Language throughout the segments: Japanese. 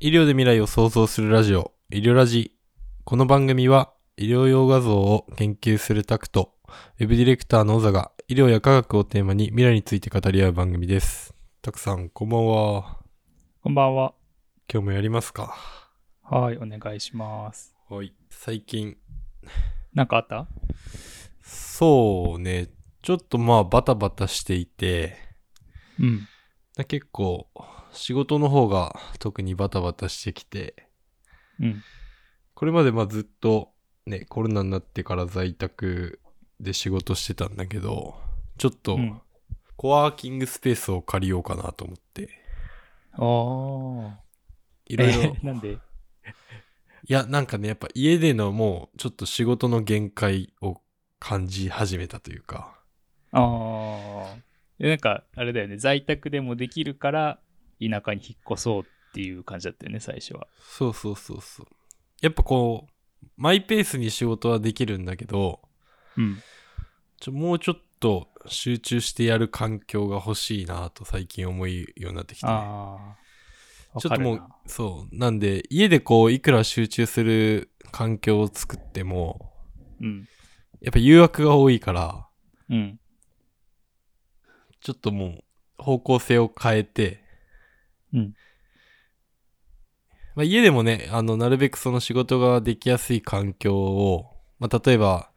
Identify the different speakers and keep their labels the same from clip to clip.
Speaker 1: 医療で未来を創造するラジオ、医療ラジ。この番組は、医療用画像を研究するタクト、ウェブディレクターの小座が、医療や科学をテーマに未来について語り合う番組です。たくさん、こんばんは。
Speaker 2: こんばんは。
Speaker 1: 今日もやりますか。
Speaker 2: はい、お願いします。
Speaker 1: はい。最近、
Speaker 2: なんかあった
Speaker 1: そうね、ちょっとまあ、バタバタしていて、
Speaker 2: うん。
Speaker 1: な結構、仕事の方が特にバタバタしてきて、
Speaker 2: うん。
Speaker 1: これまでまあずっとね、コロナになってから在宅で仕事してたんだけど、ちょっと
Speaker 2: うん
Speaker 1: コワーキングスペースを借りようかなと思って、
Speaker 2: ああ。
Speaker 1: いろいろ、い
Speaker 2: えなんで
Speaker 1: や、なんかね、やっぱ家でのもうちょっと仕事の限界を感じ始めたというか、
Speaker 2: ああ。えなんか、あれだよね。在宅でもできるから、田舎に引っ越そうっていう感じだったよね、最初は。
Speaker 1: そうそうそうそう。やっぱこう、マイペースに仕事はできるんだけど、
Speaker 2: うん。
Speaker 1: ちょもうちょっと集中してやる環境が欲しいなと最近思うようになってきて、
Speaker 2: ああ。
Speaker 1: ちょっとも
Speaker 2: わ
Speaker 1: う
Speaker 2: かるな、
Speaker 1: そう。なんで、家でこう、いくら集中する環境を作っても、
Speaker 2: うん。
Speaker 1: やっぱ誘惑が多いから、
Speaker 2: うん。
Speaker 1: ちょっともう、方向性を変えて、
Speaker 2: うん。
Speaker 1: まあ、家でもね、あの、なるべくその仕事ができやすい環境を、まあ、例えば、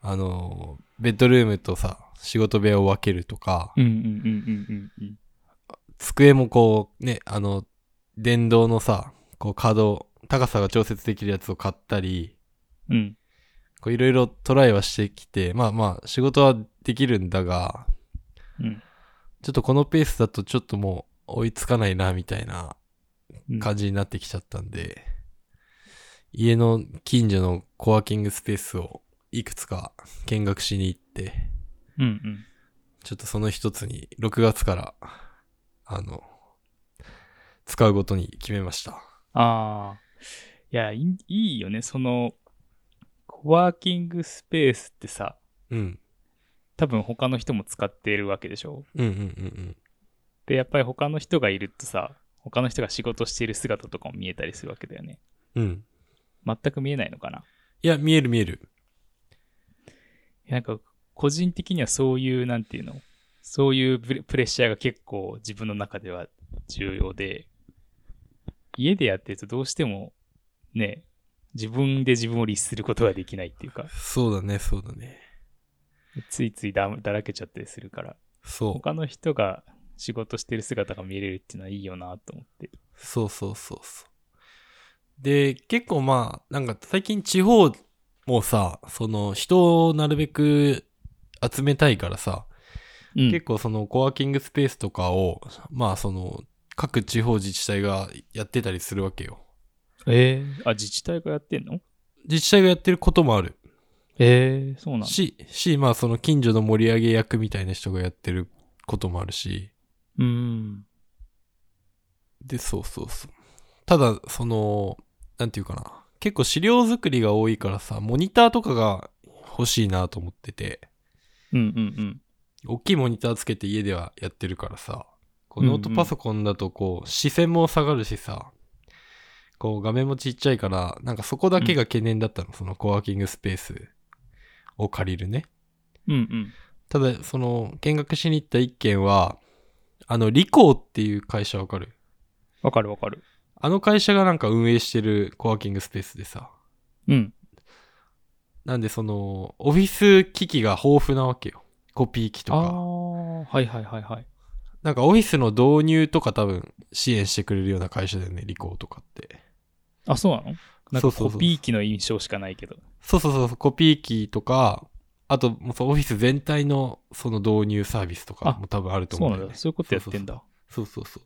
Speaker 1: あの、ベッドルームとさ、仕事部屋を分けるとか、
Speaker 2: うんうんうんうんうんうん。
Speaker 1: 机もこう、ね、あの、電動のさ、こう、可動、高さが調節できるやつを買ったり、
Speaker 2: うん。
Speaker 1: こういろいろトライはしてきて、まあまあ仕事はできるんだが、
Speaker 2: うん
Speaker 1: ちょっとこのペースだとちょっともう追いつかないなみたいな
Speaker 2: うん。
Speaker 1: 感じになってきちゃったんで、家の近所のコワーキングスペースをいくつか見学しに行って、
Speaker 2: うんうん。
Speaker 1: ちょっとその一つに6月から、あの、使うことに決めました。
Speaker 2: ああ。いやいい、いいよね。その、コワーキングスペースってさ、
Speaker 1: うん。
Speaker 2: 多分他の人も使っているわけでしょ
Speaker 1: うんうんうん
Speaker 2: でやっぱり他の人がいるとさ他の人が仕事している姿とかも見えたりするわけだよね
Speaker 1: うん。うん。
Speaker 2: 全く見えないのかない
Speaker 1: や、見える見える。
Speaker 2: いやなんか個人的にはそういうなんていうのそういうプレプレッシャーが結構自分の中では重要で家でやってるとどうしてもね自分で自分を律することができないっていうか
Speaker 1: そうだね、そうだね。
Speaker 2: ついついだだらけちゃったりするから
Speaker 1: そう。
Speaker 2: 他の人が仕事してる姿が見れるっていうのはいいよなと思って
Speaker 1: そうそうそうそう。で、結構まあ、なんか最近地方もさ、その人をなるべく集めたいからさ、
Speaker 2: うん
Speaker 1: 結構そのコワーキングスペースとかを、まあその各地方自治体がやってたりするわけよ。
Speaker 2: えー、あ自治体がやってんの
Speaker 1: 自治体がやってることもある
Speaker 2: ええそうなんだ。
Speaker 1: し、し、まあその近所の盛り上げ役みたいな人がやってることもあるし、
Speaker 2: うん。
Speaker 1: で、そうそうそう。ただ、その、なんていうかな。結構資料作りが多いからさ、モニターとかが欲しいなと思ってて、
Speaker 2: うんうん
Speaker 1: 大きいモニターつけて家ではやってるからさ、こう
Speaker 2: うんう
Speaker 1: ノ
Speaker 2: ん
Speaker 1: ートパソコンだとこう、視線も下がるしさ、こう画面もちっちゃいから、なんかそこだけが懸念だったの、そのコワーキングスペースを借りるね。
Speaker 2: うん。うんうん。
Speaker 1: ただ、その見学しに行った一軒は、あの、リコーっていう会社わかる
Speaker 2: わかるわかる。
Speaker 1: あの会社がなんか運営してるコワーキングスペースでさ。
Speaker 2: うん。
Speaker 1: なんでその、オフィス機器が豊富なわけよ。コピー機と
Speaker 2: あ
Speaker 1: か。
Speaker 2: あ、はいはいはいはい。
Speaker 1: なんかオフィスの導入とか多分支援してくれるような会社だよね、リコーとかって。
Speaker 2: あ、そうなのなん
Speaker 1: そう
Speaker 2: か
Speaker 1: そうそう
Speaker 2: コピー機の印象しかないけど。
Speaker 1: そうそうそう、コピー機とか、あともうそのオフィス全体のその導入サービスとかも多分あると
Speaker 2: そ
Speaker 1: 思う
Speaker 2: う
Speaker 1: んだよ
Speaker 2: なん
Speaker 1: ね
Speaker 2: だ。。そういうことやってんだ。
Speaker 1: そうそうそう。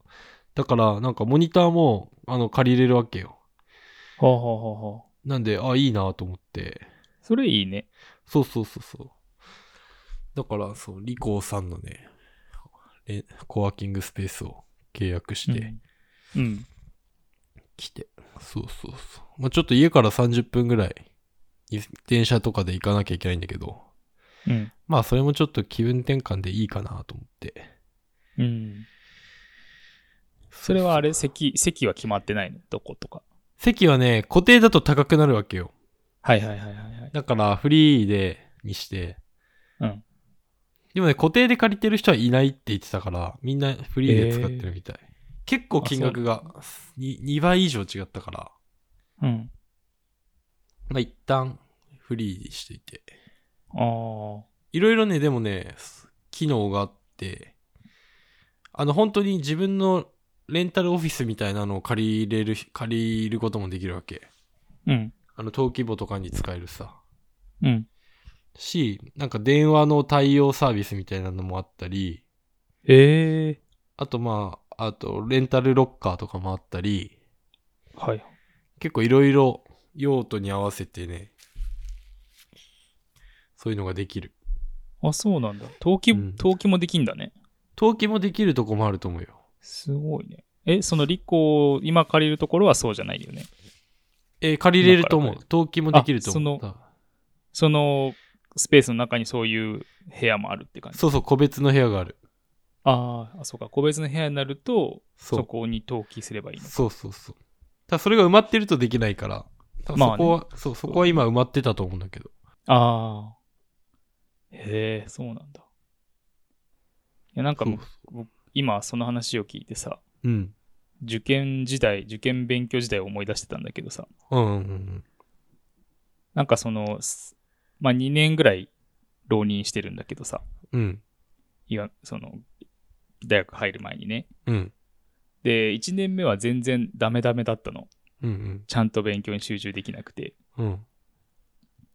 Speaker 1: だからなんかモニターもあの借りれるわけよ。
Speaker 2: ほうほうほうほう。
Speaker 1: なんで、あ、いいなと思って。
Speaker 2: それいいね。
Speaker 1: そうそうそうそう。だから、そう、リコーさんのね、えコワーキングスペースを契約して
Speaker 2: うん。うん。
Speaker 1: きて。そうそうそう。まあ、ちょっと家から30分ぐらい、い電車とかで行かなきゃいけないんだけど、
Speaker 2: うん。
Speaker 1: まあ、それもちょっと気分転換でいいかなと思って。
Speaker 2: うん。それはあれ、席、席は決まってないのどことか。
Speaker 1: 席はね、固定だと高くなるわけよ。
Speaker 2: はいはいはいはいはい。
Speaker 1: だから、フリーで、にして。
Speaker 2: うん。
Speaker 1: でもね、固定で借りてる人はいないって言ってたから、みんなフリーで使ってるみたい。結構金額が 2, 倍以上違ったから、
Speaker 2: うん。
Speaker 1: まあ、一旦フリーにしていて。
Speaker 2: ああ。
Speaker 1: いろいろね、でもね、機能があって、あの、本当に自分のレンタルオフィスみたいなのを借りれる、借りることもできるわけ。
Speaker 2: うん。
Speaker 1: あの、登記簿とかに使えるさ。
Speaker 2: うん。
Speaker 1: し、なんか電話の対応サービスみたいなのもあったり、
Speaker 2: ええ
Speaker 1: あとまあ、あとレンタルロッカーとかもあったり、
Speaker 2: はい。
Speaker 1: 結構いろいろ用途に合わせてね、そういうのができる。
Speaker 2: あ、そうなんだ。登記、
Speaker 1: うん
Speaker 2: 登記もできんだね。
Speaker 1: 登記もできるとこもあると思うよ。
Speaker 2: すごいね。え、そのリコ、今借りるところはそうじゃないよね。
Speaker 1: えー借りれると思う
Speaker 2: 今か。
Speaker 1: 登記もできると思う。
Speaker 2: あそそのスペースの中にそういう部屋もあるって感じ。
Speaker 1: そうそう、個別の部屋がある。
Speaker 2: あーあ、そうか。個別の部屋になると、
Speaker 1: そ。
Speaker 2: そうこに登記すればいいのか。
Speaker 1: そうそうそう。ただそれが埋まってるとできないから、多分
Speaker 2: まあ
Speaker 1: そこは、そう、そこは今埋まってたと思うんだけど。
Speaker 2: ああ。へえ、そうなんだ。いや、なんか
Speaker 1: そう
Speaker 2: もう僕今その話を聞いてさ、
Speaker 1: うん。
Speaker 2: 受験時代、受験勉強時代を思い出してたんだけどさ、
Speaker 1: うんうんうん。
Speaker 2: なんかその、すまあ2年ぐらい浪人してるんだけどさ、
Speaker 1: うん。
Speaker 2: いや、その、大学入る前にね。
Speaker 1: うん。
Speaker 2: で、1年目は全然ダメダメだったの。
Speaker 1: うん。
Speaker 2: ちゃんと勉強に集中できなくて。
Speaker 1: うん。うん。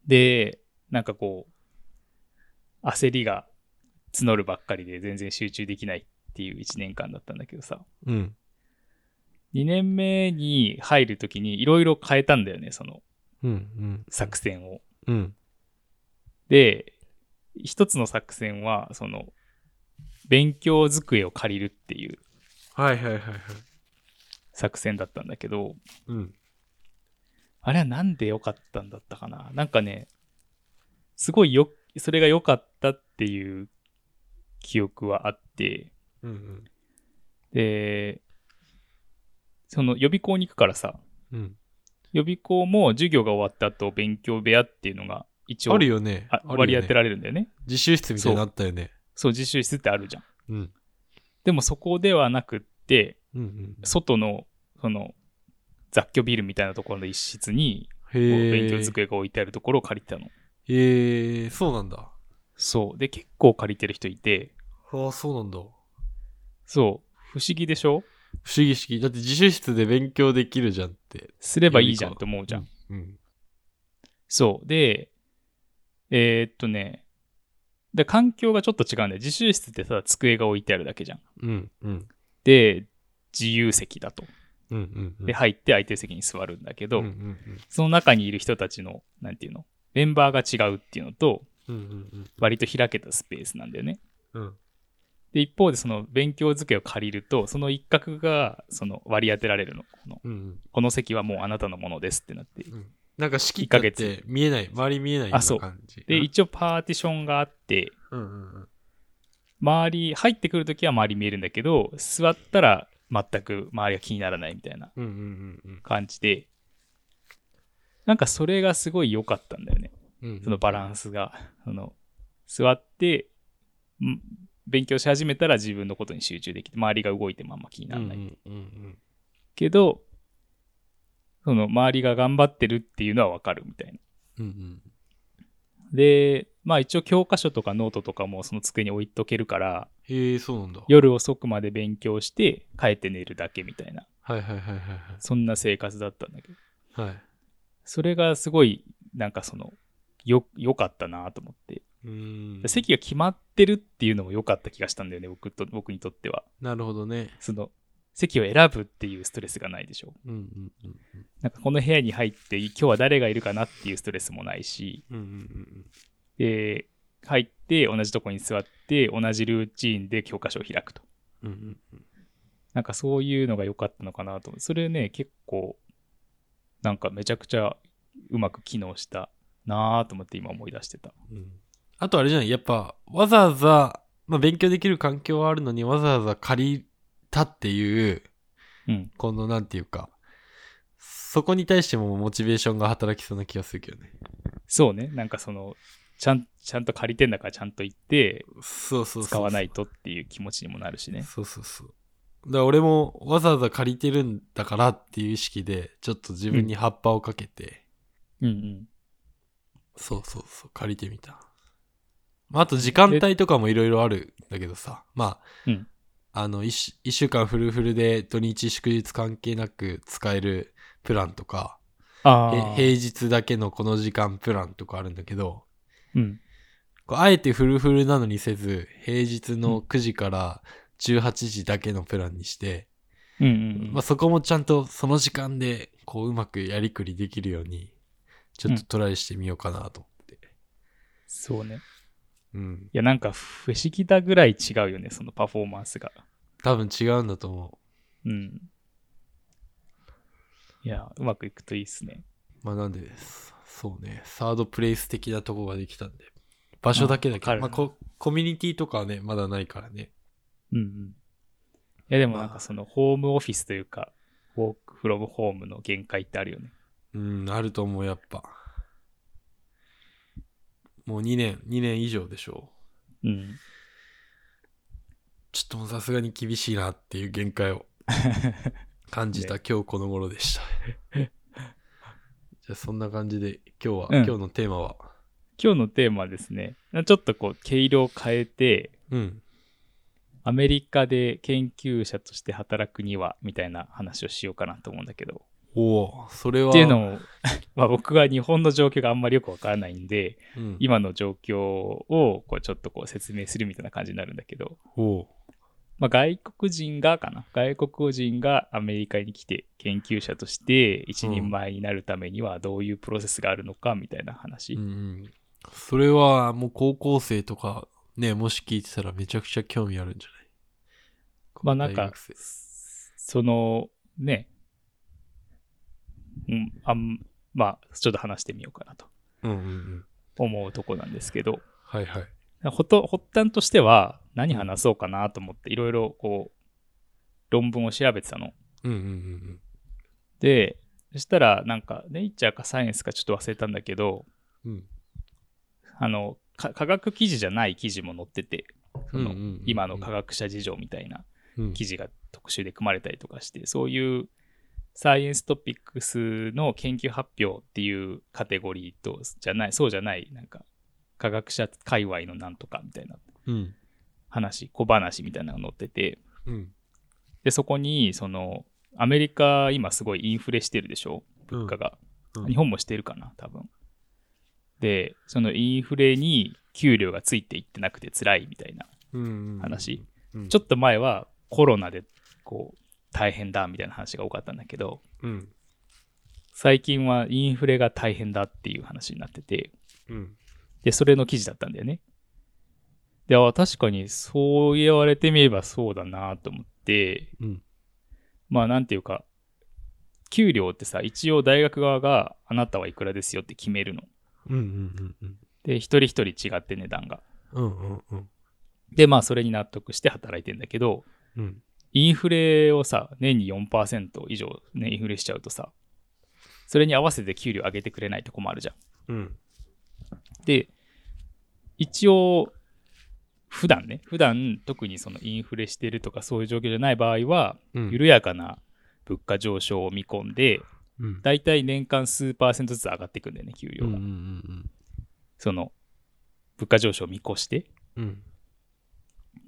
Speaker 2: で、なんかこう、焦りが募るばっかりで全然集中できないっていう1年間だったんだけどさ。
Speaker 1: うん。
Speaker 2: 2年目に入るときにいろいろ変えたんだよね、その
Speaker 1: うん。うん。
Speaker 2: 作戦を。
Speaker 1: うん。
Speaker 2: で、一つの作戦は、その、勉強机を借りるっていう
Speaker 1: はいはいはいはい。
Speaker 2: 作戦だったんだけど、
Speaker 1: うん。
Speaker 2: あれはなんで良かったんだったかななんかね、すごいよ、それが良かったっていう記憶はあって、
Speaker 1: うん。
Speaker 2: で、その予備校に行くからさ、
Speaker 1: うん。
Speaker 2: 予備校も授業が終わった後勉強部屋っていうのが一応
Speaker 1: あるよね。
Speaker 2: あ
Speaker 1: あるよね
Speaker 2: 割り当てられるんだよね。
Speaker 1: 自習室みたいになのあったよね。
Speaker 2: そう、自習室ってあるじゃん。
Speaker 1: うん。
Speaker 2: でもそこではなくって、
Speaker 1: うんうん。
Speaker 2: 外の、その、雑居ビルみたいなところの一室に、こう
Speaker 1: へ
Speaker 2: 勉強
Speaker 1: え。
Speaker 2: 机が置いてあるところを借りてたの。
Speaker 1: へえ、そうなんだ。
Speaker 2: そう。で、結構借りてる人いて、
Speaker 1: ああ、そうなんだ。
Speaker 2: そう。不思議でしょ
Speaker 1: 不思議式。だって自習室で勉強できるじゃんって。
Speaker 2: すればいいじゃんって思うじゃん。
Speaker 1: うん。
Speaker 2: そう。で、えーっとね、で、環境がちょっと違うんだよ。自習室ってただ机が置いてあるだけじゃん。
Speaker 1: うん。うん。
Speaker 2: で、自由席だと。
Speaker 1: うん。うん。うん
Speaker 2: で、入って空いてる席に座るんだけど、
Speaker 1: うんうん
Speaker 2: その中にいる人たちの、なんていうのメンバーが違うっていうのと、
Speaker 1: うん。うんうん
Speaker 2: 割と開けたスペースなんだよね。
Speaker 1: うん。うん。
Speaker 2: で、一方でその勉強机を借りると、その一角がその割り当てられるの。この
Speaker 1: うんうん。
Speaker 2: この席はもうあなたのものですってなって。
Speaker 1: なんか式っ
Speaker 2: 一ヶ
Speaker 1: てっ
Speaker 2: 月
Speaker 1: て見えない。周り見えないよ
Speaker 2: あそうう
Speaker 1: な感じ。
Speaker 2: で、一応パーティションがあって、
Speaker 1: うんうんうん。
Speaker 2: 周り、入ってくるときは周り見えるんだけど、座ったら全く周りが気にならないみたいな
Speaker 1: うんうんうん
Speaker 2: 感じで、なんかそれがすごい良かったんだよね。
Speaker 1: うんうん。
Speaker 2: そのバランスが。その座って、ん勉強し始めたら自分のことに集中できて、周りが動いてもあんま気にな
Speaker 1: う
Speaker 2: ら
Speaker 1: ん
Speaker 2: ない。
Speaker 1: うんうん
Speaker 2: けど、その周りが頑張ってるっていうのはわかるみたいな。
Speaker 1: うん。うん
Speaker 2: で、まあ一応教科書とかノートとかもその机に置いとけるから、
Speaker 1: へえ、そうなんだ。
Speaker 2: 夜遅くまで勉強して帰って寝るだけみたいな、
Speaker 1: はいはいはいはい
Speaker 2: そんな生活だったんだけど、
Speaker 1: はい。はい。
Speaker 2: それがすごいなんかその、よ、良かったなと思って。
Speaker 1: うーん。
Speaker 2: 席が決まってるっていうのも良かった気がしたんだよね、僕と、僕にとっては。
Speaker 1: なるほどね。
Speaker 2: その、席を選ぶっていうストレスがないでしょ。
Speaker 1: うんうんうん
Speaker 2: なんかこの部屋に入って、今日は誰がいるかなっていうストレスもないし、
Speaker 1: うんうんうん
Speaker 2: で、入って、同じとこに座って、同じルーチンで教科書を開くと。
Speaker 1: うんうんうんうん
Speaker 2: なんかそういうのが良かったのかなと思う。それね、結構、なんかめちゃくちゃうまく機能したなぁと思って今思い出してた。
Speaker 1: うんあとあれじゃないやっぱわざわざ、まあ、勉強できる環境はあるのにわざわざ借りたっていう
Speaker 2: うん。
Speaker 1: このなんていうか、そこに対してもモチベーションが働きそうな気がするけどね。
Speaker 2: そうね。なんかその、ちゃん、ちゃんと借りてんだからちゃんと行って、
Speaker 1: そうそうそうそう。
Speaker 2: 使わないとっていう気持ちにもなるしね。
Speaker 1: そうそうそう。だから俺もわざわざ借りてるんだからっていう意識で、ちょっと自分に葉っぱをかけて、
Speaker 2: うんうん。
Speaker 1: そうそうそう、借りてみた。まあ、あと時間帯とかもいろいろあるんだけどさ、まあ、
Speaker 2: うん
Speaker 1: あの1、し一週間フルフルで土日祝日関係なく使えるプランとか、
Speaker 2: あ
Speaker 1: へ
Speaker 2: あ。
Speaker 1: 平日だけのこの時間プランとかあるんだけど、
Speaker 2: うん。
Speaker 1: こうあえてフルフルなのにせず、平日の9時から18時だけのプランにして、
Speaker 2: うんうんうん。
Speaker 1: まあ、そこもちゃんとその時間でこううまくやりくりできるようにちょっとトライしてみようかなと思って。
Speaker 2: そうね。
Speaker 1: うん。
Speaker 2: いや、なんか、不思議だぐらい違うよね、そのパフォーマンスが。
Speaker 1: 多分違うんだと思
Speaker 2: うん。いや、うまくいくといいっすね。
Speaker 1: う。まあなんでです。そうね。サードプレイス的なとこができたんで。場所だけだけ
Speaker 2: あ
Speaker 1: ど、
Speaker 2: わ
Speaker 1: ま
Speaker 2: か
Speaker 1: あ
Speaker 2: る
Speaker 1: こコミュニティとかはね、まだないからね。
Speaker 2: うんうん。いや、でもなんかその、ホームオフィスというか、ウォークフロムホームの限界ってあるよね。
Speaker 1: うん、あると思う、やっぱ。もう2年、2年以上でしょう。
Speaker 2: うん。
Speaker 1: ちょっともうさすがに厳しいなっていう限界 を感じた今日この頃でした。 じゃあそんな感じで今日は、
Speaker 2: うん
Speaker 1: 今日のテーマは、
Speaker 2: 今日のテーマはですね、ちょっとこう、毛色を変えて、
Speaker 1: うん、
Speaker 2: アメリカで研究者として働くには、みたいな話をしようかなと思うんだけど。
Speaker 1: おお、それは、
Speaker 2: っていうのも、 まあ僕は日本の状況があんまりよくわからないんで、
Speaker 1: うん、
Speaker 2: 今の状況をこうちょっとこう説明するみたいな感じになるんだけど、
Speaker 1: おお、
Speaker 2: まあ、外国人がかな外国人がアメリカに来て研究者として一人前になるためにはどういうプロセスがあるのかみたいな話、
Speaker 1: うんうん、それはもう高校生とかね、もし聞いてたらめちゃくちゃ興味あるんじゃない
Speaker 2: まあなん
Speaker 1: 大
Speaker 2: か
Speaker 1: 学生
Speaker 2: そのねうんあんまあちょっと話してみようかなと
Speaker 1: うんうんうん。
Speaker 2: 思うとこなんですけど
Speaker 1: はいはい。
Speaker 2: ほと発端としては何話そうかなと思っていろいろこう論文を調べてたの
Speaker 1: うんうんうん
Speaker 2: でそしたらなんかネイチャーかサイエンスかちょっと忘れたんだけど
Speaker 1: うん。うん
Speaker 2: あのか科学記事じゃない記事も載っててその
Speaker 1: うんうんうんうん
Speaker 2: 今の科学者事情みたいな
Speaker 1: うん
Speaker 2: 記事が特集で組まれたりとかしてそういうサイエンストピックスの研究発表っていうカテゴリーとじゃないそうじゃないなんか科学者界隈のなんとかみたいな
Speaker 1: うん
Speaker 2: 話小話みたいなのが載ってて
Speaker 1: うん
Speaker 2: でそこにそのアメリカ今すごいインフレしてるでしょ物価
Speaker 1: う
Speaker 2: が、
Speaker 1: ん
Speaker 2: 日本もしてるかな多分でそのインフレに給料がついていってなくて辛いみたいな
Speaker 1: うんうんうん
Speaker 2: 話、
Speaker 1: うん、
Speaker 2: ちょ
Speaker 1: っ
Speaker 2: っと前はコロナでこう大変だみたいな話が多かったんだけど
Speaker 1: と、うん
Speaker 2: 最近はインフレが大変だっていう話になってて
Speaker 1: うん
Speaker 2: でそれの記事だったんだよねであ確かにそう言われてみればそうだなと思って
Speaker 1: うん
Speaker 2: まあなんていうか給料ってさ一応大学側があなたはいくらですよって決めるの
Speaker 1: うんうんうん
Speaker 2: で一人一人違って値段が
Speaker 1: うんうんうん
Speaker 2: でまあそれに納得して働いてんだけど
Speaker 1: うん
Speaker 2: インフレをさ年に4%以上、ね、インフレしちゃうとさそれに合わせて給料上げてくれないと困るじゃん
Speaker 1: うん
Speaker 2: で一応普段ね普段特にそのインフレしてるとかそういう状況じゃない場合は
Speaker 1: うん
Speaker 2: 緩やかな物価上昇を見込んで
Speaker 1: うん
Speaker 2: 大体年間数パーセントずつ上がっていくんだよね給
Speaker 1: う
Speaker 2: 料
Speaker 1: ん
Speaker 2: が、
Speaker 1: うん
Speaker 2: その物価上昇を見越して
Speaker 1: うんうん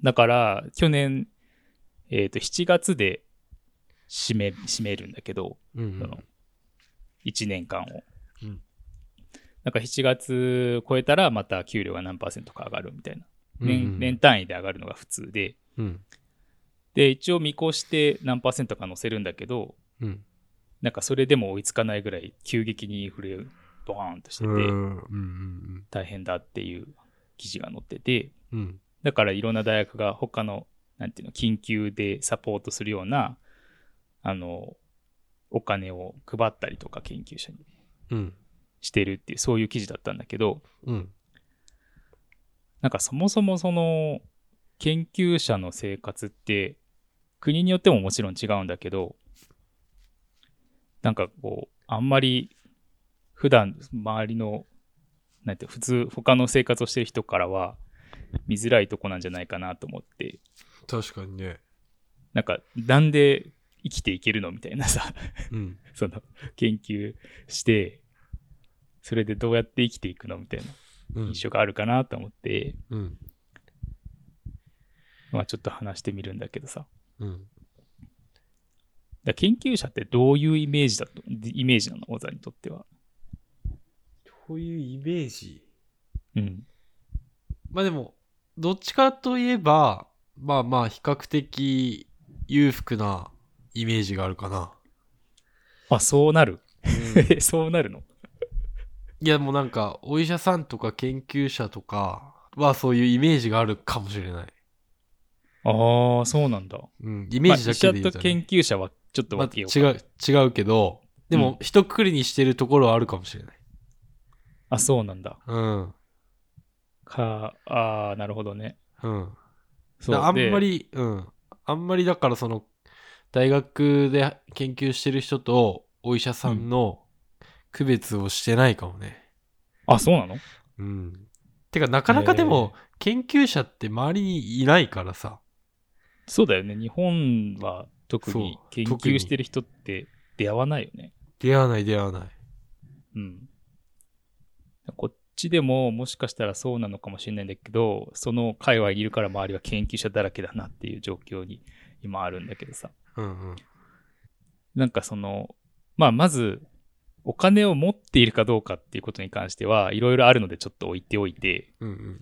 Speaker 2: だから去年、えー、と7月で締め締めるんだけど
Speaker 1: うんうん
Speaker 2: その1年間を、
Speaker 1: うん
Speaker 2: なんか7月超えたらまた給料が何パーセントか上がるみたいな
Speaker 1: うん
Speaker 2: 年,、年単位で上がるのが普通で
Speaker 1: うん
Speaker 2: で一応見越して何パーセントか載せるんだけど
Speaker 1: うん
Speaker 2: なんかそれでも追いつかないぐらい急激にインフレボーンとしてて
Speaker 1: うんうん
Speaker 2: 大変だっていう記事が載ってて、
Speaker 1: うん
Speaker 2: だからいろんな大学が他の、なんていうの、緊急でサポートするような、あの、お金を配ったりとか研究者に
Speaker 1: うん
Speaker 2: してるっていう、そういう記事だったんだけど、
Speaker 1: うん
Speaker 2: なんかそもそもその、研究者の生活って、国によってももちろん違うんだけど、なんかこう、あんまり普段周りの、なんていうの普通、他の生活をしてる人からは見づらいとこなんじゃないかなと思って、
Speaker 1: 確かにね。
Speaker 2: なんか、なんで生きていけるのみたいなさ、
Speaker 1: うん。
Speaker 2: その、研究して、それでどうやって生きていくのみたいな
Speaker 1: うん。
Speaker 2: 印象があるかなと思って、
Speaker 1: うん。
Speaker 2: まあちょっと話してみるんだけどさ。
Speaker 1: うん。
Speaker 2: だから研究者ってどういうイメージだと、イメージなの小沢にとっては。
Speaker 1: こういうイメージ
Speaker 2: うん。
Speaker 1: まあでも、どっちかといえば、まあまあ、比較的裕福なイメージがあるかな。
Speaker 2: あ、そうなる。
Speaker 1: うん、
Speaker 2: えそうなるの
Speaker 1: いや、もうなんか、お医者さんとか研究者とかはそういうイメージがあるかもしれない。
Speaker 2: ああ、そうなんだ。
Speaker 1: うん、イメージだけで
Speaker 2: ま
Speaker 1: 言う
Speaker 2: あ医者と
Speaker 1: と、
Speaker 2: 研
Speaker 1: ね
Speaker 2: 究者はちょっと
Speaker 1: ま
Speaker 2: 分
Speaker 1: あ
Speaker 2: けようか、
Speaker 1: 違う、違うけど、でも、一括りにしてるところはあるかもしれない。
Speaker 2: あ、そうなんだ。
Speaker 1: うん。
Speaker 2: か、ああ、なるほどね。
Speaker 1: うん。
Speaker 2: そう
Speaker 1: だあん
Speaker 2: で
Speaker 1: まり、うん。あんまりだからその、大学で研究してる人とお医者さんの区別をしてないかもね。
Speaker 2: あ、そうなの
Speaker 1: うん。てか、なかなかでも、研究者って周りにいないからさ。
Speaker 2: そうだよね。日本は特に
Speaker 1: そう
Speaker 2: 研
Speaker 1: 特に
Speaker 2: 究してる人って出会わないよね。
Speaker 1: 出会わない出会わない。
Speaker 2: うん。こっちでももしかしたらそうなのかもしれないんだけど、その界隈にいるから周りは研究者だらけだなっていう状況に今あるんだけどさ。
Speaker 1: うんうん。
Speaker 2: なんかその、まあまず、お金を持っているかどうかっていうことに関しては、いろいろあるのでちょっと置いておいて、
Speaker 1: うんうん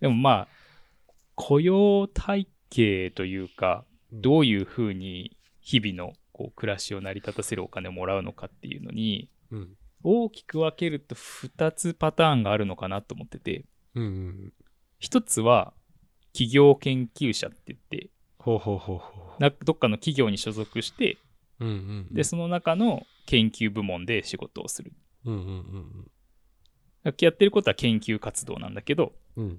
Speaker 2: でもまあ、雇用体系というか、
Speaker 1: うん。
Speaker 2: どういうふうに日々のこう暮らしを成り立たせるお金をもらうのかっていうのに、
Speaker 1: うん
Speaker 2: 大きく分けると2つパターンがあるのかなと思ってて、
Speaker 1: うんうん。
Speaker 2: 1つは企業研究者って言って、
Speaker 1: ほうほうほうほ
Speaker 2: などっかの企業に所属して、
Speaker 1: う。うんうん。
Speaker 2: で、。その中の研究部門で仕事をする。
Speaker 1: うんうんうん
Speaker 2: やってることは研究活動なんだけど、
Speaker 1: うん。うん。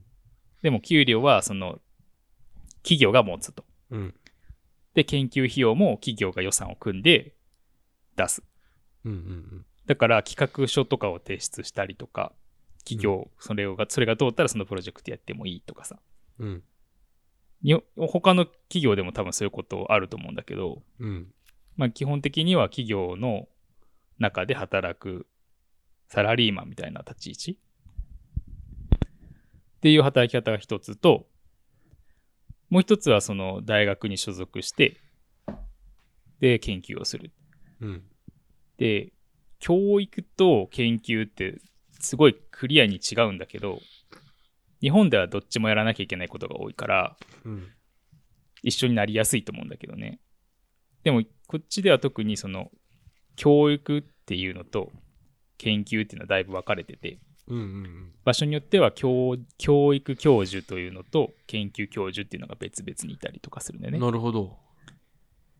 Speaker 2: でも給料はその企業が持つと。
Speaker 1: うん
Speaker 2: で、研究費用も企業が予算を組んで出す。
Speaker 1: うんうん
Speaker 2: だから企画書とかを提出したりとか、企業、それが、それが通ったらそのプロジェクトやってもいいとかさ。
Speaker 1: うん。うん
Speaker 2: に他の企業でも多分そういうことあると思うんだけど、
Speaker 1: うん。
Speaker 2: まあ基本的には企業の中で働くサラリーマンみたいな立ち位置っていう働き方が一つと、もう一つはその大学に所属して、で、研究をする。
Speaker 1: うん。
Speaker 2: で、教育と研究ってすごいクリアに違うんだけど、日本ではどっちもやらなきゃいけないことが多いから、
Speaker 1: うん。
Speaker 2: 一緒になりやすいと思うんだけどね。でも、こっちでは特にその、教育っていうのと研究っていうのはだいぶ分かれてて、
Speaker 1: うんうん
Speaker 2: 場所によっては教教育教授というのと研究教授っていうのが別々にいたりとかするんだ
Speaker 1: う
Speaker 2: よ
Speaker 1: ん。
Speaker 2: ね。
Speaker 1: なるほど。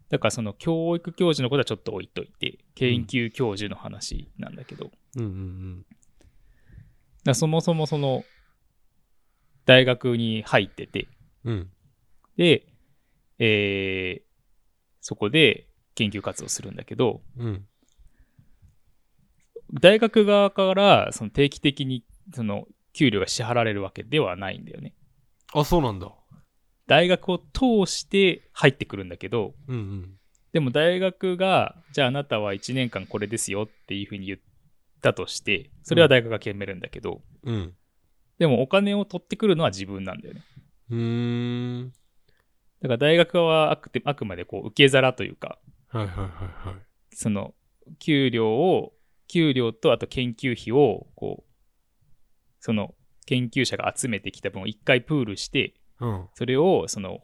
Speaker 2: だからその教育教授のことはちょっと置いといて、研究教授の話なんだけど、だか
Speaker 1: うんうん
Speaker 2: らそもそもその、大学に入ってて、
Speaker 1: うん。うん。
Speaker 2: で、えーそこで研究活動するんだけど、
Speaker 1: うん。
Speaker 2: 大学側からその定期的にその給料が支払われるわけではないんだよね。
Speaker 1: あ、そうなんだ。
Speaker 2: 大学を通して入ってくるんだけど、
Speaker 1: うんうん。
Speaker 2: でも大学が、じゃああなたは1年間これですよっていうふうに言ったとして、それは大学が決めるんだけど、
Speaker 1: うん。
Speaker 2: でもお金を取ってくるのは自分なんだよね。
Speaker 1: うーん。
Speaker 2: だから大学側はあくてあくまでこう受け皿というか、
Speaker 1: はいはいはいはい。
Speaker 2: その給料を給料とあと研究費をこうその研究者が集めてきた分を一回プールして
Speaker 1: うん。
Speaker 2: それをその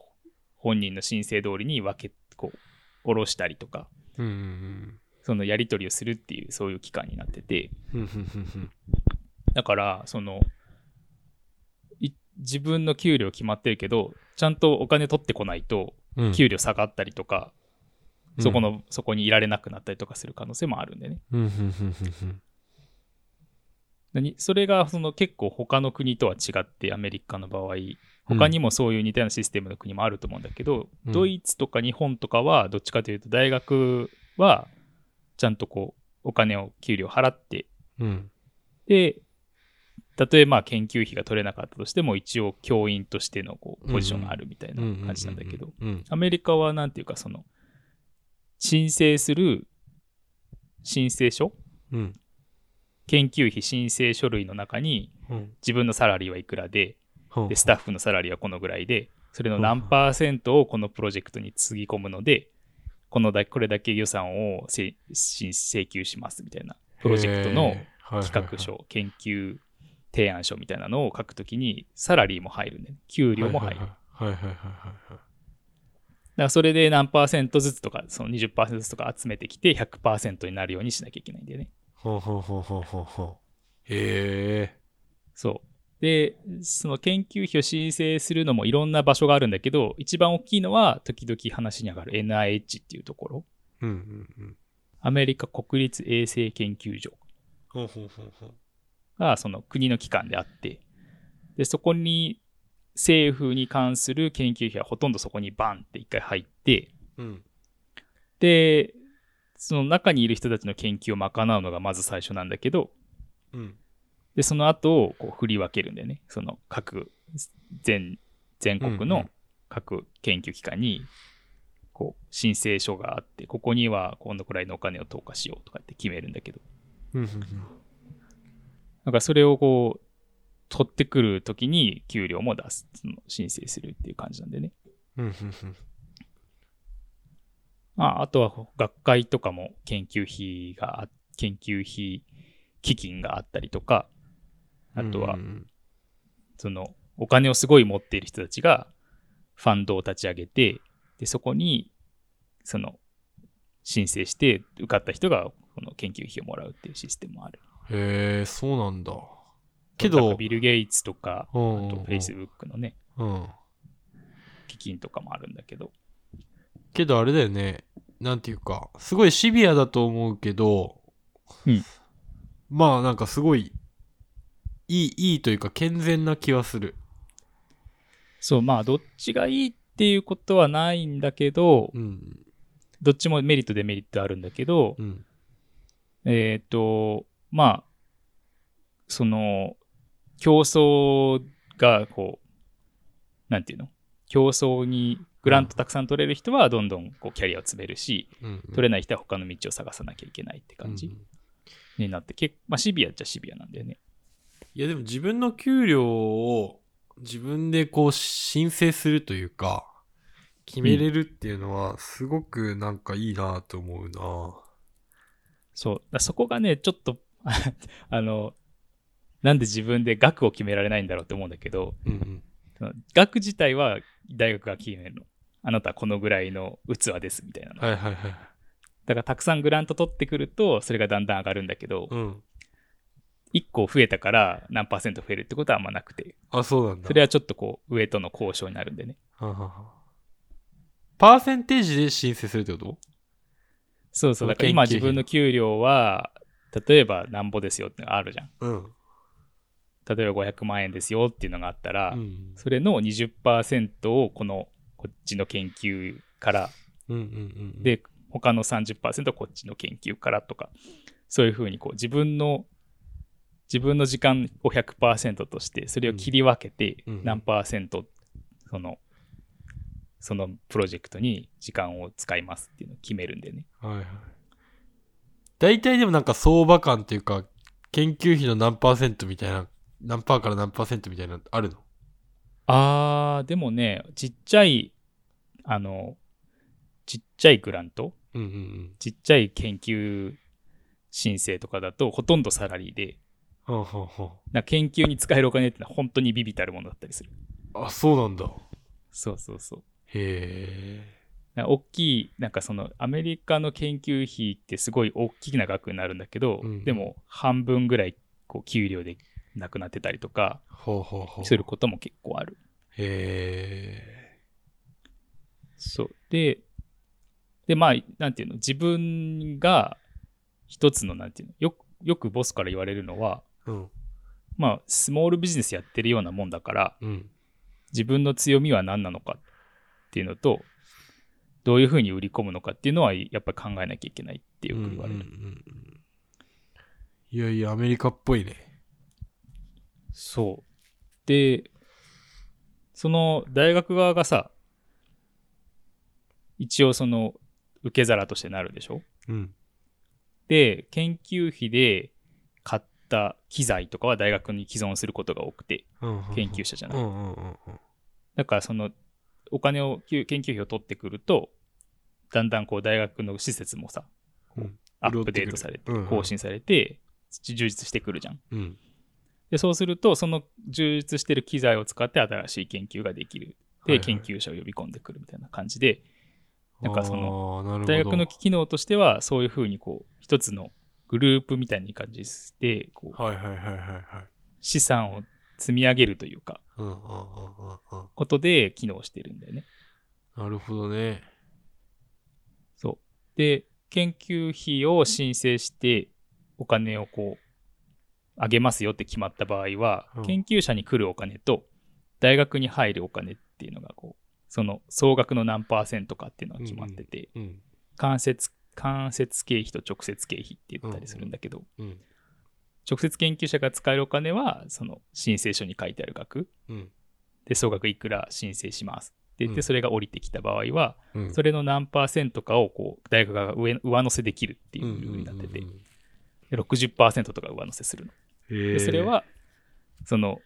Speaker 2: 本人の申請通りに分けこう下ろしたりとか
Speaker 1: うんうん
Speaker 2: そのやり取りをするっていうそういう期間になってて
Speaker 1: うん。うんうんうん
Speaker 2: だからそのい自分の給料決まってるけどちゃんとお金取ってこないと
Speaker 1: うん。
Speaker 2: 給料下がったりとか、
Speaker 1: うん
Speaker 2: そこ。のそこにいられなくなったりとかする可能性もあるんでね。
Speaker 1: うんうんうんうん
Speaker 2: 何それがその結構他の国とは違ってアメリカの場合他にもそういう似たようなシステムの国もあると思うんだけど、
Speaker 1: うん
Speaker 2: ドイツとか日本とかはどっちかというと大学はちゃんとこう、お金を、給料払って、
Speaker 1: うん。
Speaker 2: で、たとえまあ研究費が取れなかったとしても、一応教員としてのこうポジションがあるみたいな
Speaker 1: うん。
Speaker 2: 感じなんだけど、
Speaker 1: うん。
Speaker 2: アメリカはなんていうか、その、申請する申請書
Speaker 1: うん。
Speaker 2: 研究費申請書類の中に、
Speaker 1: うん。
Speaker 2: 自分のサラリーはいくらで、
Speaker 1: うん
Speaker 2: で、スタッフのサラリーはこのぐらいで、それの何パーセントをこのプロジェクトにつぎ込むので、このだこれだけ予算をせし請求しますみたいな、プロジェクトの
Speaker 1: へー
Speaker 2: 企画。書、研究提案書みたいなのを書くときに、サラリーも入るね。給料も入る。だか
Speaker 1: はいはいはいはいはいはい。
Speaker 2: らそれで何パーセントずつとか、その20%ずつとか集めてきて100%になるようにしなきゃいけないんだよね。
Speaker 1: ほうほうほうほうほうほう。へえ。
Speaker 2: そう。で、その研究費を申請するのもいろんな場所があるんだけど、一番大きいのは時々話に上がる NIH っていうところ。
Speaker 1: うんうんうん。
Speaker 2: アメリカ国立衛生研究所
Speaker 1: ほうほうほうほう。
Speaker 2: がその国の機関であって、で、そこに政府に関する研究費はほとんどそこにバンって一回入って、
Speaker 1: うん。
Speaker 2: で、その中にいる人たちの研究を賄うのがまず最初なんだけど、
Speaker 1: うん。
Speaker 2: で、その後、こう振り分けるんだよね。その各、全、全国
Speaker 1: うんう
Speaker 2: の
Speaker 1: ん
Speaker 2: 各研究機関に、こう、申請書があって、ここにはこのくらいのお金を投下しようとかって決めるんだけど、
Speaker 1: うん。
Speaker 2: なんかそれをこう、取ってくるときに給料も出す、その申請するっていう感じなんでね。
Speaker 1: うん。
Speaker 2: まあ、あとはこう学会とかも研究費があ、研究費基金があったりとか、あとは
Speaker 1: うん
Speaker 2: そのお金をすごい持っている人たちがファンドを立ち上げて、でそこにその申請して受かった人がこの研究費をもらうっていうシステムもある。
Speaker 1: へえ、そうなんだ。け
Speaker 2: なんか
Speaker 1: ど、
Speaker 2: ビル・ゲイツとか、
Speaker 1: う
Speaker 2: あ
Speaker 1: ん
Speaker 2: とフェイスブックのね、
Speaker 1: うん。
Speaker 2: 基金とかもあるんだけど。
Speaker 1: けどあれだよね。なんていうか、すごいシビアだと思うけど、
Speaker 2: うん
Speaker 1: まあなんかすごい、いい、いいというか健全な気はする。
Speaker 2: そう、まあどっちがいいっていうことはないんだけど、
Speaker 1: うん。
Speaker 2: どっちもメリットデメリットあるんだけど、
Speaker 1: うん。
Speaker 2: えっ、と、まあ、その、競争が、こう、なんていうの競争に、グラントたくさん取れる人はどんどんこうキャリアを詰めるし、
Speaker 1: うん。
Speaker 2: 取れない人は他の道を探さなきゃいけないって感
Speaker 1: うん
Speaker 2: じになって、結構、まあシビアっちゃシビアなんだよね。
Speaker 1: いやでも自分の給料を自分でこう申請するというか、決めれるっていうのはすごくなんかいいなと思うな。
Speaker 2: そう。だからそこがね、ちょっと、 ああの、なんで自分で額を決められないんだろうって思うんだけど、
Speaker 1: うん
Speaker 2: その額自体は大学が決めるの。あなたはこのぐらいの器ですみたいな
Speaker 1: うん。
Speaker 2: の。
Speaker 1: はいはいはい。
Speaker 2: だからたくさんグラント取ってくると、それがだんだん上がるんだけど、
Speaker 1: うん。
Speaker 2: 1個増えたから何パーセント増えるってことはあんまなくて、
Speaker 1: あ、そうなんだ。
Speaker 2: それはちょっとこう、上との交渉になるんでね。
Speaker 1: はははパーセンテージで申請するってこと
Speaker 2: そうそう、
Speaker 1: その
Speaker 2: だから
Speaker 1: 研究
Speaker 2: 今
Speaker 1: 費
Speaker 2: 自分の給料は、例えばなんぼですよってのがあるじゃん。
Speaker 1: うん。
Speaker 2: 例えば500万円ですよっていうのがあったら、
Speaker 1: うん。
Speaker 2: それの20%をこの、こっちの研究から
Speaker 1: うんうんうん。
Speaker 2: で、他の30%こっちの研究からとか、そういうふうにこう自分の、自分の時間を100%として、それを切り分けて
Speaker 1: うんうん
Speaker 2: 何、その、そのプロジェクトに時間を使いますっていうのを決めるんでね。
Speaker 1: はいはい。大体でもなんか相場感っていうか、研究費の何パーセントみたいな、何パーから何パーセントみたいなのあるの
Speaker 2: あー、でもね、ちっちゃい、あの、ちっちゃいグラント、
Speaker 1: うんうんうん。
Speaker 2: ちっちゃい研究申請とかだと、ほとんどサラリーで、
Speaker 1: ほうほうほ
Speaker 2: なんか研究に使えるお金ってのは本当にビビたるものだったりする。
Speaker 1: うあ、そうなんだ。
Speaker 2: そうそうそう。
Speaker 1: へえ。
Speaker 2: な大きいなんかそのアメリカの研究費ってすごい大きな額になるんだけど、
Speaker 1: うん
Speaker 2: でも半分ぐらいこう給料でなくなってたりとか
Speaker 1: ほうほうほう。
Speaker 2: することも結構ある。
Speaker 1: へ
Speaker 2: そうででまあなんていうの自分が一つのなんていうのよくよくボスから言われるのは
Speaker 1: え。うん。
Speaker 2: まあスモールビジネスやってるようなもんだから
Speaker 1: うん。
Speaker 2: 自分の強みは何なのかっていうのとどういうふうに売り込むのかっていうのは、やっぱり考えなきゃいけないってよく言われる。
Speaker 1: うんうんうんうんいやいや、アメリカっぽいね。
Speaker 2: そう。で、その大学側がさ、一応その受け皿としてなるでしょ
Speaker 1: うん。
Speaker 2: で、研究費で買った機材とかは大学に既存することが多くて、研究者じゃ
Speaker 1: う
Speaker 2: ない。
Speaker 1: んうんうんうん。
Speaker 2: だからそのお金を、きゅ研究費を取ってくると、だんだんこう大学の施設もさ、
Speaker 1: うん
Speaker 2: アップデートされて
Speaker 1: 潤ってくるうんうん、
Speaker 2: 更新されて、充実してくるじゃん。
Speaker 1: うん。
Speaker 2: でそうするとその充実してる機材を使って新しい研究ができる
Speaker 1: はいはい
Speaker 2: で研究者を呼び込んでくるみたいな感じでなんかその
Speaker 1: あー、なるほど
Speaker 2: 大学の機能としてはそういうふうにこう一つのグループみたいに感じでこう
Speaker 1: はいはいはいはいはい。
Speaker 2: 資産を積み上げるというか
Speaker 1: うんうんうんうんうん。
Speaker 2: ことで機能してるんだよね。
Speaker 1: なるほどね。
Speaker 2: そうで研究費を申請してお金をこう上げますよって決まった場合は、
Speaker 1: うん
Speaker 2: 研究者に来るお金と大学に入るお金っていうのがこうその総額の何パーセントかっていうのが決まってて、
Speaker 1: うん。
Speaker 2: 間接間接経費と直接経費って言ったりするんだけど、
Speaker 1: うん。
Speaker 2: 直接研究者が使えるお金はその申請書に書いてある額
Speaker 1: うん。
Speaker 2: で総額いくら申請しますって言って、
Speaker 1: うん
Speaker 2: それが降りてきた場合は
Speaker 1: うん。
Speaker 2: そ
Speaker 1: れ
Speaker 2: れの何パーセントかをこう大学が上上乗せできるっていうルールになってて、で60%とか上乗せするの。でそれ、はその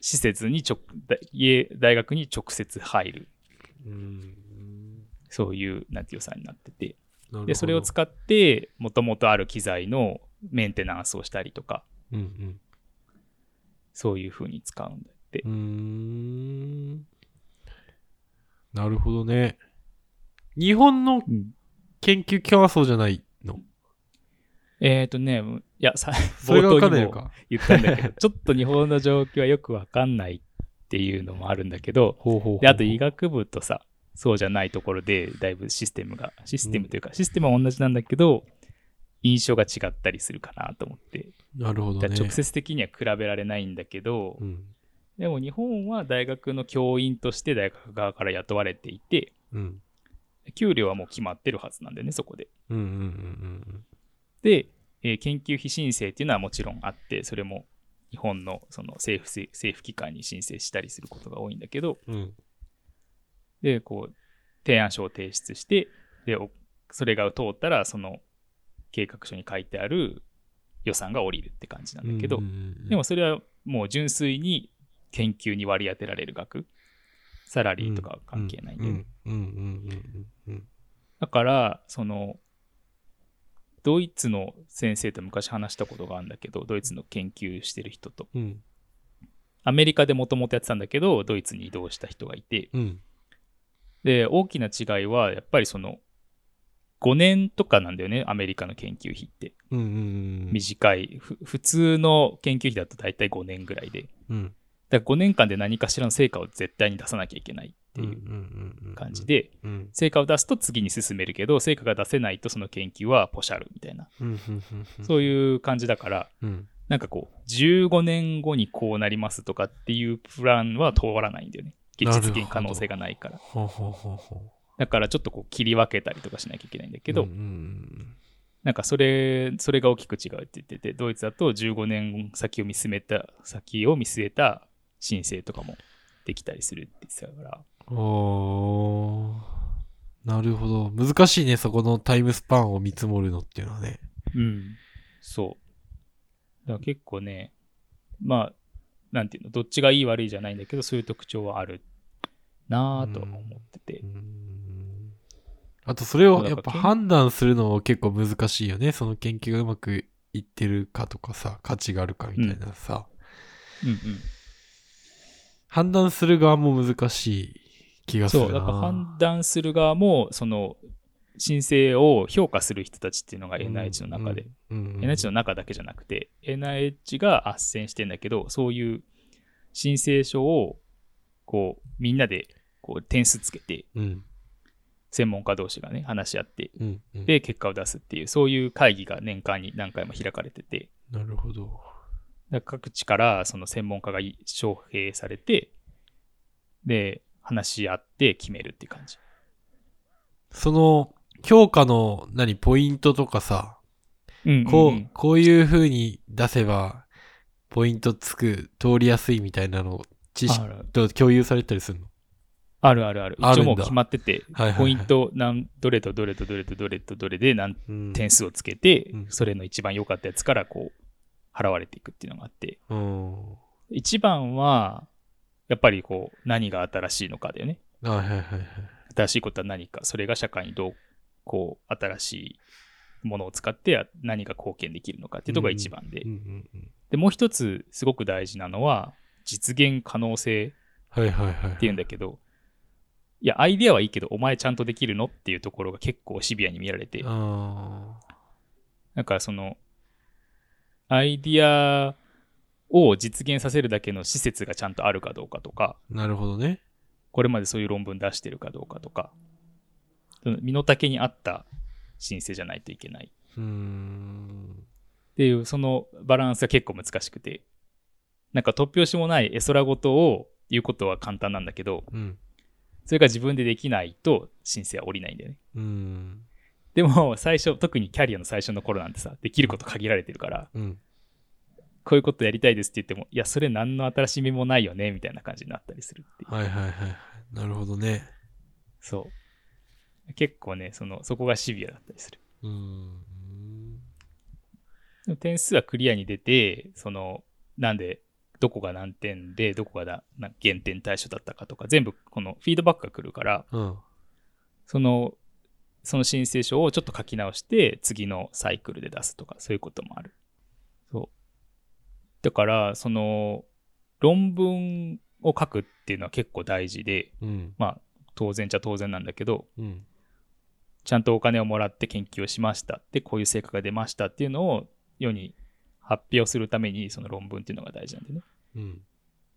Speaker 2: 施設に直大家大学に直接入る
Speaker 1: うん。
Speaker 2: そういうなんていう予算になっててで
Speaker 1: で
Speaker 2: それを使ってもともとある機材のメンテナンスをしたりとか
Speaker 1: う。うん
Speaker 2: そういうふうに使うんだって
Speaker 1: うん。うーん。なるほどね。日本の
Speaker 2: うん
Speaker 1: 研究機関はそうじゃないの。
Speaker 2: えっ、とねいやさ
Speaker 1: それが分かんない
Speaker 2: 冒
Speaker 1: の
Speaker 2: 頭にも
Speaker 1: か。
Speaker 2: 言ったんだけどちょっと日本の状況はよくわかんないっていうのもあるんだけど
Speaker 1: ほうほうほう
Speaker 2: であと医学部とさそうじゃないところでだいぶシステムがシステムというか、システムは同じなんだけど印象が違ったりするかなと思って、
Speaker 1: なるほど
Speaker 2: だ
Speaker 1: ね。
Speaker 2: から直接的には比べられないんだけど、
Speaker 1: うん。
Speaker 2: でも日本は大学の教員として大学側から雇われていて
Speaker 1: うん。
Speaker 2: 給料はもう決まってるはずなんだよねそこで。
Speaker 1: うんうんうん
Speaker 2: で、えー研究費申請っていうのはもちろんあってそれも日本のその政府政府機関に申請したりすることが多いんだけど
Speaker 1: うん。うん。
Speaker 2: でこう提案書を提出してでおそれが通ったらその計画書に書いてある予算が下りるって感じなんだけど、
Speaker 1: うんうんうん
Speaker 2: でもそれはもう純粋に研究に割り当てられる額サラリーとかは関係ないんだよね、
Speaker 1: うんうんうんうんうん
Speaker 2: だからそのドイツの先生と昔話したことがあるんだけどドイツの研究してる人と
Speaker 1: うん
Speaker 2: アメリカでもともとやってたんだけどドイツに移動した人がいて
Speaker 1: うん
Speaker 2: で大きな違いはやっぱりその5年とかなんだよねアメリカの研究費って
Speaker 1: うんうんうん
Speaker 2: 短いふ普通の研究費だと大体5年ぐらいで
Speaker 1: うん
Speaker 2: だから5年間で何かしらの成果を絶対に出さなきゃいけないっていう
Speaker 1: う
Speaker 2: 感じ
Speaker 1: で
Speaker 2: で
Speaker 1: うん
Speaker 2: 成果を出すと次に進めるけど成果が出せないとその研究はポシャるみたいな
Speaker 1: うん
Speaker 2: そういう感じだから、
Speaker 1: うん
Speaker 2: なんかこう、15年後にこうなりますとかっていうプランは通らないんだよね。現実的に可能性がないから。
Speaker 1: ほうほうほうほ
Speaker 2: だからちょっとこう切り分けたりとかしなきゃいけないんだ
Speaker 1: う
Speaker 2: けど、
Speaker 1: うんうん
Speaker 2: なんかそれ、それが大きく違うって言ってて、ドイツだと15年先を見据えた、先を見据えた申請とかもできたりするって言ってたから、
Speaker 1: うんおーなるほど難しいねそこのタイムスパンを見積もるのっていうのはね
Speaker 2: うん。そう。だから結構ね、まあ、なんていうの、どっちがいい悪いじゃないんだけど、そういう特徴はあるなぁとは思ってて。
Speaker 1: うんあとそれをやっぱ判断するのは結構難しいよねその研究がうまくいってるかとかさ価値があるかみたいなさ、
Speaker 2: うんうん、
Speaker 1: 判断する側も難しい気がする
Speaker 2: そ
Speaker 1: な
Speaker 2: う、だから判断する側も、その、申請を評価する人たちっていうのが NIH の中で、、
Speaker 1: うんうんうん
Speaker 2: NIH の中だけじゃなくて、NIH が斡旋してんだけど、そういう申請書を、こう、みんなで、こう、点数つけて、
Speaker 1: うん
Speaker 2: 専門家同士がね、話し合って、
Speaker 1: うんうん、
Speaker 2: で、結果を出すっていう、そういう会議が年間に何回も開かれてて、
Speaker 1: なるほど。
Speaker 2: だから各地からその専門家がい招聘されて、で、話し合って決めるっていう感じ。
Speaker 1: その、評価の、何、ポイントとかさ、
Speaker 2: うんうんうん
Speaker 1: こう、こういう風に出せば、ポイントつく、通りやすいみたいなの、知識
Speaker 2: ある
Speaker 1: と共有されたりするの
Speaker 2: あるあるある。
Speaker 1: あ
Speaker 2: 一
Speaker 1: るんだ
Speaker 2: 応もう決まってて、
Speaker 1: はいはいはい
Speaker 2: ポイントなん、どれとどれとどれとどれとどれで何
Speaker 1: うん
Speaker 2: 点数をつけて、
Speaker 1: うん
Speaker 2: それの一番良かったやつからこう、払われていくっていうのがあって、
Speaker 1: うん。は
Speaker 2: 一番は、やっぱりこう、何が新しいのかだよね。
Speaker 1: いはいはいはい。
Speaker 2: 新しいことは何か、それが社会にどう、こう、新しいものを使ってあ何が貢献できるのかっていうところが一番で。
Speaker 1: うんうんうん。
Speaker 2: で、もう一つ、すごく大事なのは、実現可能性
Speaker 1: はいはいはい。
Speaker 2: っていうんだけど、いや、アイデアはいいけど、お前ちゃんとできるのっていうところが結構シビアに見られて、
Speaker 1: あ
Speaker 2: なんかその、アイディアを実現させるだけの施設がちゃんとあるかどうかとか、
Speaker 1: あ、なるほどね。
Speaker 2: これまでそういう論文出してるかどうかとか、その身の丈に合った申請じゃないといけないっ
Speaker 1: うーん。
Speaker 2: ていう、そのバランスが結構難しくて、なんか突拍子もない絵空事を言うことは簡単なんだけど、
Speaker 1: うん。
Speaker 2: それが自分でできないと申請は降りないんだよね。
Speaker 1: うん。
Speaker 2: でも最初、特にキャリアの最初の頃なんてさ、できること限られてるから、
Speaker 1: うん。
Speaker 2: こういうことやりたいですって言っても、いや、それ何の新しみもないよね、みたいな感じになったりするっていう。
Speaker 1: はいはいはいはい。なるほどね。
Speaker 2: そう。結構ね、その、そこがシビアだったりする。
Speaker 1: うーん。
Speaker 2: でも点数はクリアに出て、その、なんで、どこが何点で、どこがなな減点対象だったかとか、全部このフィードバックが来るから、
Speaker 1: うん。
Speaker 2: その、その申請書をちょっと書き直して、次のサイクルで出すとか、そういうこともある。そう。だから、その、論文を書くっていうのは結構大事で、
Speaker 1: うん。
Speaker 2: まあ、当然っちゃ当然なんだけど、
Speaker 1: うん。
Speaker 2: ちゃんとお金をもらって研究をしました。で、こういう成果が出ましたっていうのを世に発表するために、その論文っていうのが大事なんでね。
Speaker 1: うん。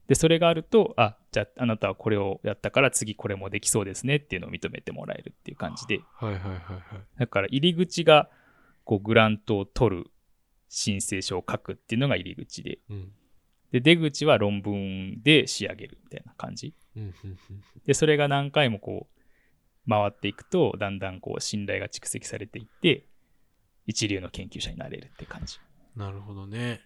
Speaker 2: で、それがあると、あ、じゃああなたはこれをやったから次これもできそうですねっていうのを認めてもらえるっていう感じで。
Speaker 1: はいはいはいはい。
Speaker 2: だから入り口が、こう、グラントを取る申請書を書くっていうのが入り口で。
Speaker 1: うん。
Speaker 2: で、出口は論文で仕上げるみたいな感じ。
Speaker 1: うん。うん
Speaker 2: で、それが何回もこう、回っていくと、だんだんこう、信頼が蓄積されていって、一流の研究者になれるって感じ。
Speaker 1: なるほどね。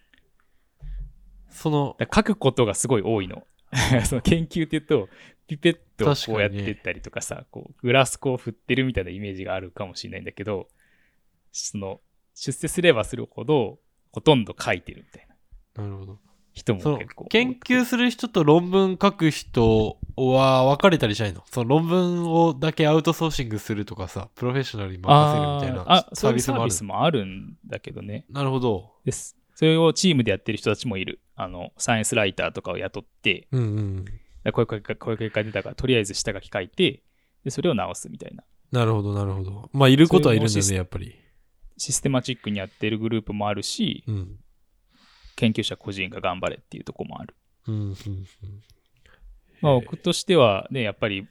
Speaker 1: その、
Speaker 2: だから書くことがすごい多いの。 その研究っていうと、ピペットをこうやってったりとかさ、こう、グラスコを振ってるみたいなイメージがあるかもしれないんだけど、その、出世すればするほど、ほとんど書いてるみたいな
Speaker 1: なるほど。
Speaker 2: 人も
Speaker 1: その
Speaker 2: 結構多くて。
Speaker 1: 研究する人と論文書く人は分かれたりしないのその論文をだけアウトソーシングするとかさ、プロフェッショナルに任せるみたいな
Speaker 2: あーあ、
Speaker 1: サ
Speaker 2: そう
Speaker 1: ー
Speaker 2: いう
Speaker 1: ビス
Speaker 2: サ
Speaker 1: も
Speaker 2: ー
Speaker 1: あ
Speaker 2: ビ
Speaker 1: る
Speaker 2: ス。もあるんだけどね。
Speaker 1: なるほど。
Speaker 2: です。それをチームでやってる人たちもいる。あの、サイエンスライターとかを雇って、
Speaker 1: うんうん。
Speaker 2: こういう結果、こういう結果出たから、とりあえず下書き書いて、で、それを直すみたいな。
Speaker 1: なるほど、なるほど。まあ、いることはいるん
Speaker 2: そう
Speaker 1: だ
Speaker 2: いうシス
Speaker 1: ね、やっぱり。
Speaker 2: システマチックにやってるグループもあるし、
Speaker 1: うん。
Speaker 2: 研究者個人が頑張れっていうとこもある。
Speaker 1: うん、うん、
Speaker 2: まあ、僕としてはね、やっぱり、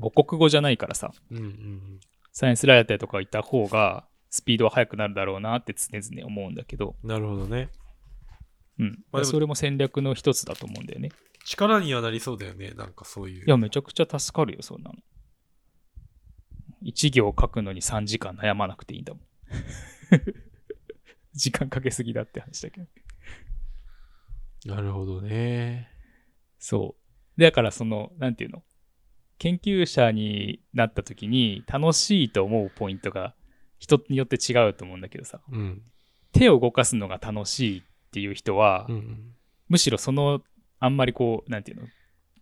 Speaker 2: 母国語じゃないからさ、
Speaker 1: うん。うん、うん。
Speaker 2: サイエンスライターとかいた方が、スピードは速くなるだろうなって常々思うんだけど、
Speaker 1: なるほどね。
Speaker 2: うん。
Speaker 1: まあでも
Speaker 2: それも戦略の一つだと思うんだよね。
Speaker 1: 力にはなりそうだよね、なんかそういう。
Speaker 2: いや、めちゃくちゃ助かるよ、そんなの。1行書くのに3時間悩まなくていいんだ もん。時間かけすぎだって話だけど。
Speaker 1: なるほどね。
Speaker 2: そう。だから、その、なんていうの研究者になった時に楽しいと思うポイントが人によって違うと思うんだけどさ、
Speaker 1: うん。
Speaker 2: 手を動かすのが楽しいっていう人は、
Speaker 1: うん。
Speaker 2: むしろその、あんまりこう、なんていうの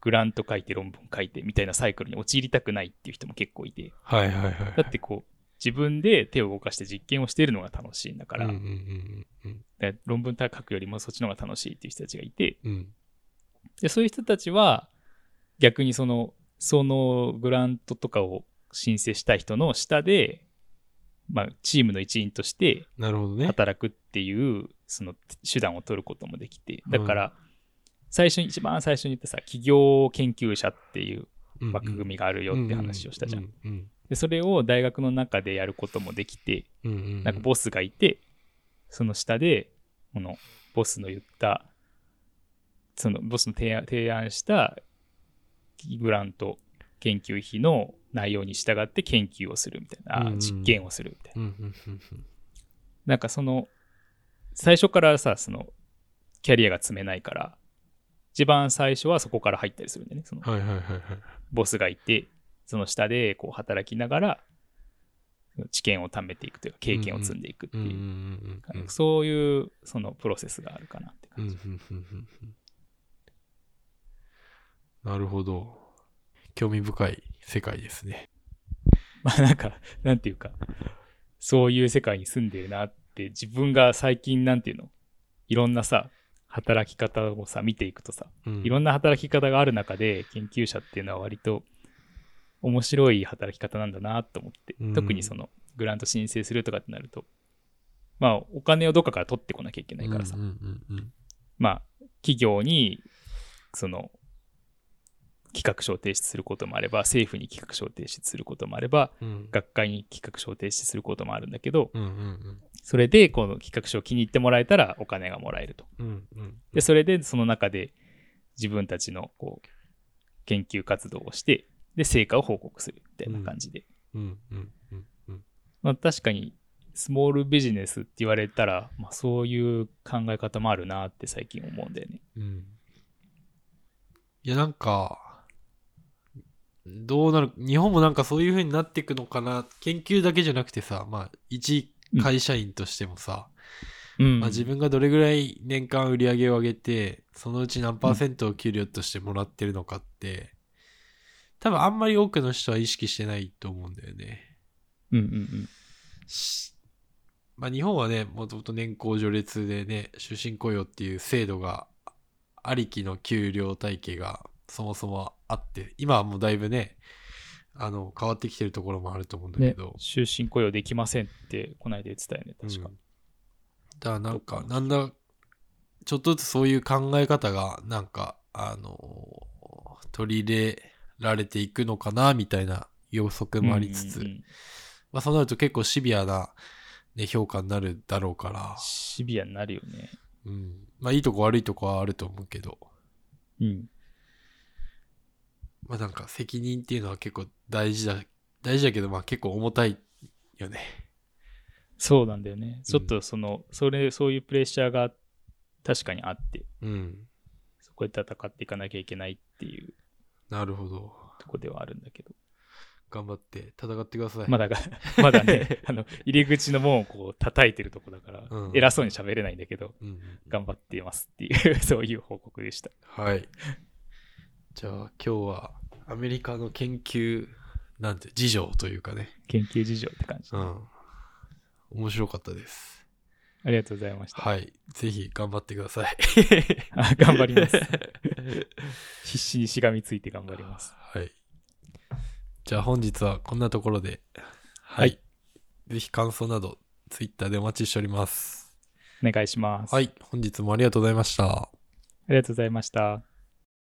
Speaker 2: グラント書いて論文書いてみたいなサイクルに陥りたくないっていう人も結構いて。
Speaker 1: はいはいはいはい。
Speaker 2: だってこう、自分で手を動かして実験をしているのが楽しいんだから、
Speaker 1: うんうんうんうん
Speaker 2: だから論文書くよりもそっちの方が楽しいっていう人たちがいて、
Speaker 1: うん。うん。
Speaker 2: でそういう人たちは、逆にその、そのグラントとかを申請した人の下で、まあ、チームの一員として
Speaker 1: なるほどね。
Speaker 2: 働くっていう、その手段を取ることもできて、だから、最初に、一番最初に言ったさ、企業研究者っていう枠組
Speaker 1: み
Speaker 2: みがあるよって話をしたじゃん。。
Speaker 1: うん
Speaker 2: でそれを大学の中でやることもできて、
Speaker 1: うんうん。
Speaker 2: なんかボスがいて、その下で、このボスの言った、そのボスの提案提案した、グラント研究費の内容に従って研究をするみたいな、あ
Speaker 1: うんうん
Speaker 2: 実験をするみたいな。
Speaker 1: うんうんうんうん
Speaker 2: なんかその、最初からさ、その、キャリアが積めないから、一番最初はそこから入ったりするんでね、その、
Speaker 1: はいはいはいはい。
Speaker 2: ボスがいて、その下でこう働きながら、知見を貯めていくというか、経験を積んでいくって
Speaker 1: う
Speaker 2: い
Speaker 1: ん
Speaker 2: う
Speaker 1: う、んうんうん。
Speaker 2: そういうそのプロセスがあるかなって
Speaker 1: うんう
Speaker 2: 感
Speaker 1: ん
Speaker 2: じ。
Speaker 1: うんうんうんなるほど。興味深い世界ですね。
Speaker 2: まあなんか、なんていうか、そういう世界に住んでるなって、自分が最近なんていうの、いろんなさ、働き方をさ、見ていくとさ、いろ
Speaker 1: ん
Speaker 2: んな働き方がある中で、研究者っていうのは割と面白い働き方なんだなと思って
Speaker 1: うん、
Speaker 2: 特にそのグラント申請するとかってなると、まあお金をどっかから取ってこなきゃいけないからさ
Speaker 1: うん、うんうん
Speaker 2: まあ企業にその企画書を提出することもあれば、政府に企画書を提出することもあれば、
Speaker 1: うんうん
Speaker 2: 学会に企画書を提出することもあるんだけど、
Speaker 1: うんうん
Speaker 2: それでこの企画書を気に入ってもらえたらお金がもらえると。
Speaker 1: うんうんうん
Speaker 2: で、それでその中で自分たちのこう研究活動をして、で、成果を報告するみたいな感じで。
Speaker 1: うんうんうんうん
Speaker 2: まあ確かに、スモールビジネスって言われたら、まあそういう考え方もあるなって最近思うんだよね。
Speaker 1: うんいやなんかどうなる日本もなんかそういう風になっていくのかな研究だけじゃなくてさまあ一会社員としてもさ、
Speaker 2: うん
Speaker 1: まあ、自分がどれぐらい年間売り上げを上げてそのうち何パーセントを給料としてもらってるのかって多分あんまり多くの人は意識してないと思うんだよね。
Speaker 2: うんうん
Speaker 1: しまあ、日本はねもともと年功序列でね終身雇用っていう制度がありきの給料体系がそもそもあって今はもうだいぶねあの変わってきてるところもあると思うんだ
Speaker 2: うん。
Speaker 1: け
Speaker 2: ね
Speaker 1: ど、、
Speaker 2: 終身雇用できませんって、この間言ってたよね、確か
Speaker 1: うん。だからなんかなんだちょっとずつそういう考え方がなんかあの取り入れられていくのかなみたいな予測もありつつ、
Speaker 2: うんうんうん
Speaker 1: まあ、そうなると結構シビアな、ね、評価になるだろうから、
Speaker 2: シビアになるよね。
Speaker 1: うん、まあいいとこ悪いとこはあると思うけど、
Speaker 2: うん。
Speaker 1: まあなんか責任っていうのは結構大事だ大事だけどまあ結構重たいよね。
Speaker 2: そうなんだよね。ちょっとその、それ、そういうプレッシャーが確かにあって、
Speaker 1: うん、
Speaker 2: そこで戦っていかなきゃいけないっていう
Speaker 1: なるほど。
Speaker 2: とこではあるんだけど。
Speaker 1: 頑張って戦ってください。
Speaker 2: まだが、 まだね、あの、入り口の門をこう叩いてるとこだから、
Speaker 1: うん
Speaker 2: 偉そうに喋れないんだけど、
Speaker 1: うん、
Speaker 2: 頑張っていますっていう、 そういう報告でした。
Speaker 1: はい。じゃあ今日はアメリカの研究なんて事情というかね、
Speaker 2: 研究事情って感じ。
Speaker 1: うん、面白かったです。
Speaker 2: ありがとうございました。
Speaker 1: はい。ぜひ頑張ってください。
Speaker 2: あ 頑張 ります。必死にしがみついて頑張ります。
Speaker 1: はい。じゃあ本日はこんなところで、はい。
Speaker 2: はい
Speaker 1: ぜひ感想など、ツイッターでお待ちしております。
Speaker 2: お願いします。
Speaker 1: はい。本日もありがとうございました。
Speaker 2: ありがとうございました。